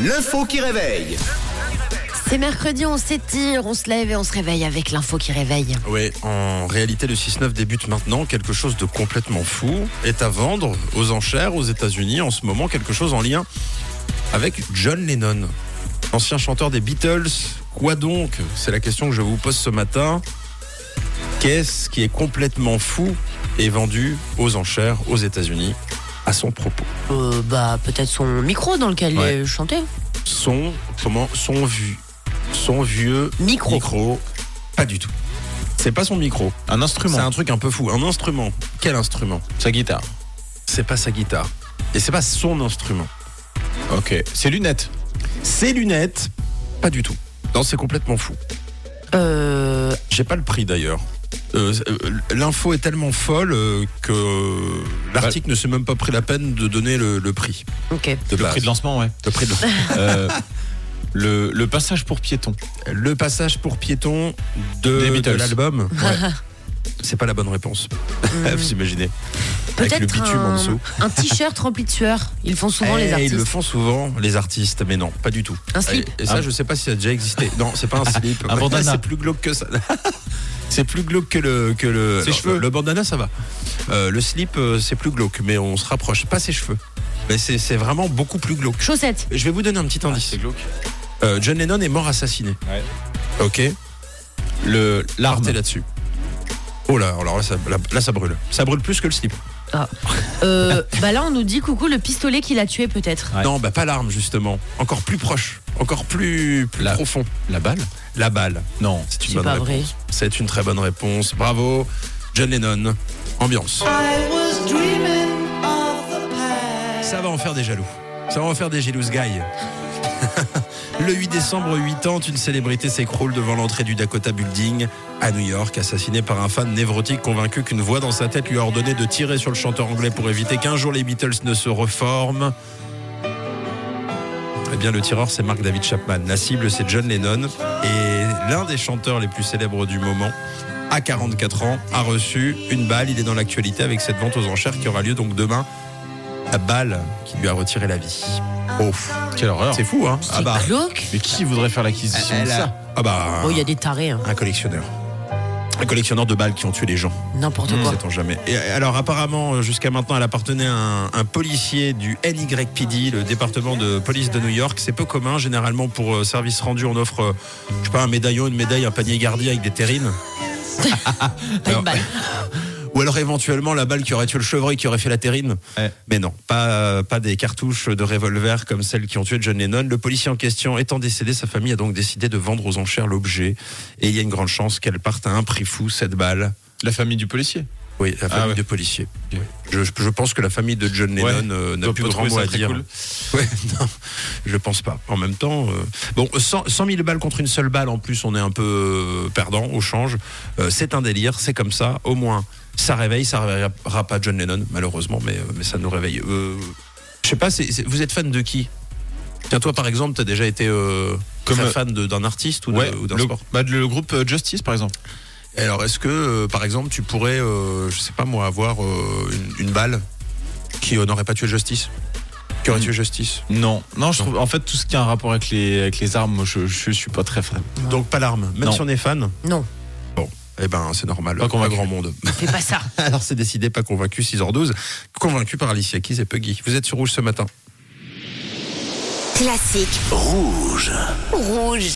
L'info qui réveille. C'est mercredi, on s'étire, on se lève et on se réveille avec l'info qui réveille. Oui, en réalité, le 6-9 débute maintenant. Quelque chose de complètement fou est à vendre aux enchères aux États-Unis en ce moment. Quelque chose en lien avec John Lennon, ancien chanteur des Beatles. Quoi donc C'est la question que je vous pose ce matin. Qu'est-ce qui est complètement fou et vendu aux enchères aux États-Unis à son propos Euh, bah, peut-être son micro dans lequel Ouais. il chantait. Son, comment Son vu. Son vieux Micro. micro. Pas du tout. C'est pas son micro. Un C'est instrument. un truc un peu fou. Un instrument. Quel instrument Sa guitare. C'est pas sa guitare. Et c'est pas son instrument. Ok. Ses lunettes. Ses lunettes, pas du tout. Non, c'est complètement fou. Euh, J'ai pas le prix d'ailleurs. Euh, euh, L'info est tellement folle euh, que l'article ne s'est même pas pris la peine de donner le, le prix. ok. De Le base. prix de lancement, ouais. Le prix de la- Euh, le, le passage pour piétons. Le passage pour piétons de, Des Beatles. de l'album. Ouais. c'est pas la bonne réponse. Vous imaginez Avec le Peut-être bitume en un, dessous. un t-shirt rempli de sueur. Ils le font souvent, Eh, les artistes. Ils le font souvent, les artistes, mais non, pas du tout. Eh, Un slip Et, et ça, Un- je sais pas si ça a déjà existé. Non, c'est pas un slip. Ah. Un bandana. C'est plus glauque que ça. c'est plus glauque que le. Que le Ses non, cheveux. Le bandana, ça va. Euh, le slip, euh, c'est plus glauque, mais on se rapproche. Pas ses cheveux. Mais c'est c'est vraiment beaucoup plus glauque. Chaussettes. Je vais vous donner un petit indice. Euh, John Lennon est mort assassiné. Ah, Ouais. Ok. Le l'arme. Partez là-dessus. Oh là, alors là ça, là, là, ça brûle. Ça brûle plus que le slip. Euh, bah là, on nous dit coucou le pistolet qui l'a tué, peut-être. Ouais. Non, bah pas l'arme justement. Encore plus proche, encore plus, plus La- profond. La balle La balle. Non. C'est une C'est bonne pas réponse. vrai. C'est une très bonne réponse. Bravo, John Lennon. Ambiance. Ça va en faire des jaloux. Ça va en faire des jaloux, guys. Le 8 décembre, 8 ans, une célébrité s'écroule devant l'entrée du Dakota Building à New York, assassinée par un fan névrotique convaincu qu'une voix dans sa tête lui a ordonné de tirer sur le chanteur anglais pour éviter qu'un jour les Beatles ne se reforment. Eh bien, le tireur, c'est Mark David Chapman. La cible, c'est John Lennon. Et l'un des chanteurs les plus célèbres du moment, à 44 ans, a reçu une balle. Il est dans l'actualité avec cette vente aux enchères qui aura lieu donc demain. La balle qui lui a retiré la vie. Oh, Quelle horreur. c'est fou, hein Ah bah, C'est glauque. Mais qui voudrait faire l'acquisition de elle a- ça ah bah, Oh, il y a des tarés. hein. un collectionneur. Un collectionneur de balles qui ont tué les gens. N'importe On quoi. sait-on jamais. Et alors apparemment, euh, jusqu'à maintenant, elle appartenait à un, un policier du NYPD, le département de police de New York. C'est peu commun. Généralement, pour euh, service rendu, on offre, euh, je sais pas, un médaillon, une médaille, un panier gardien avec des terrines. Pas une balle. Ou alors éventuellement la balle qui aurait tué le chevreuil, qui aurait fait la terrine. Ouais. Mais non, pas, euh, pas des cartouches de revolver comme celles qui ont tué John Lennon. Le policier en question étant décédé, sa famille a donc décidé de vendre aux enchères l'objet. Et il y a une grande chance qu'elle parte à un prix fou, cette balle. La famille du policier. Oui, la famille Ah ouais. de policiers. Ok. Je, je pense que la famille de John Ouais. Lennon euh, n'a Doit plus pas grand trouver mot ça à très dire. cool. Ouais, non, je pense pas. En même temps, euh, bon, 100, 100 000 balles contre une seule balle, en plus, on est un peu euh, perdant au change. Euh, c'est un délire, c'est comme ça. Au moins, ça réveille, ça réveillera pas John Lennon, malheureusement, mais, euh, mais ça nous réveille. Euh, je sais pas, c'est- c'est- vous êtes fan de qui Tiens, toi, par exemple, t'as déjà été euh, Comme, très euh, fan de- d'un artiste ou de- Ouais, ou d'un le, sport bah, le groupe euh, Justice, par exemple. et Alors, est-ce que, euh, par exemple, tu pourrais, euh, je sais pas moi, avoir euh, une, une balle qui euh, n'aurait pas tué Justice Qui aurait tué Justice Non. Non, je trouve. En fait, tout ce qui a un rapport avec les, avec les armes, moi, je, je suis pas très fan. Donc, pas l'arme. Même Non. si on est fan, Non, eh ben, c'est normal. Pas convaincu. grand monde. fais pas ça. Alors, c'est décidé, pas convaincu, 6h12. Convaincu par Alicia Keys et Puggy. Vous êtes sur Rouge ce matin. Classique. Rouge. Rouge.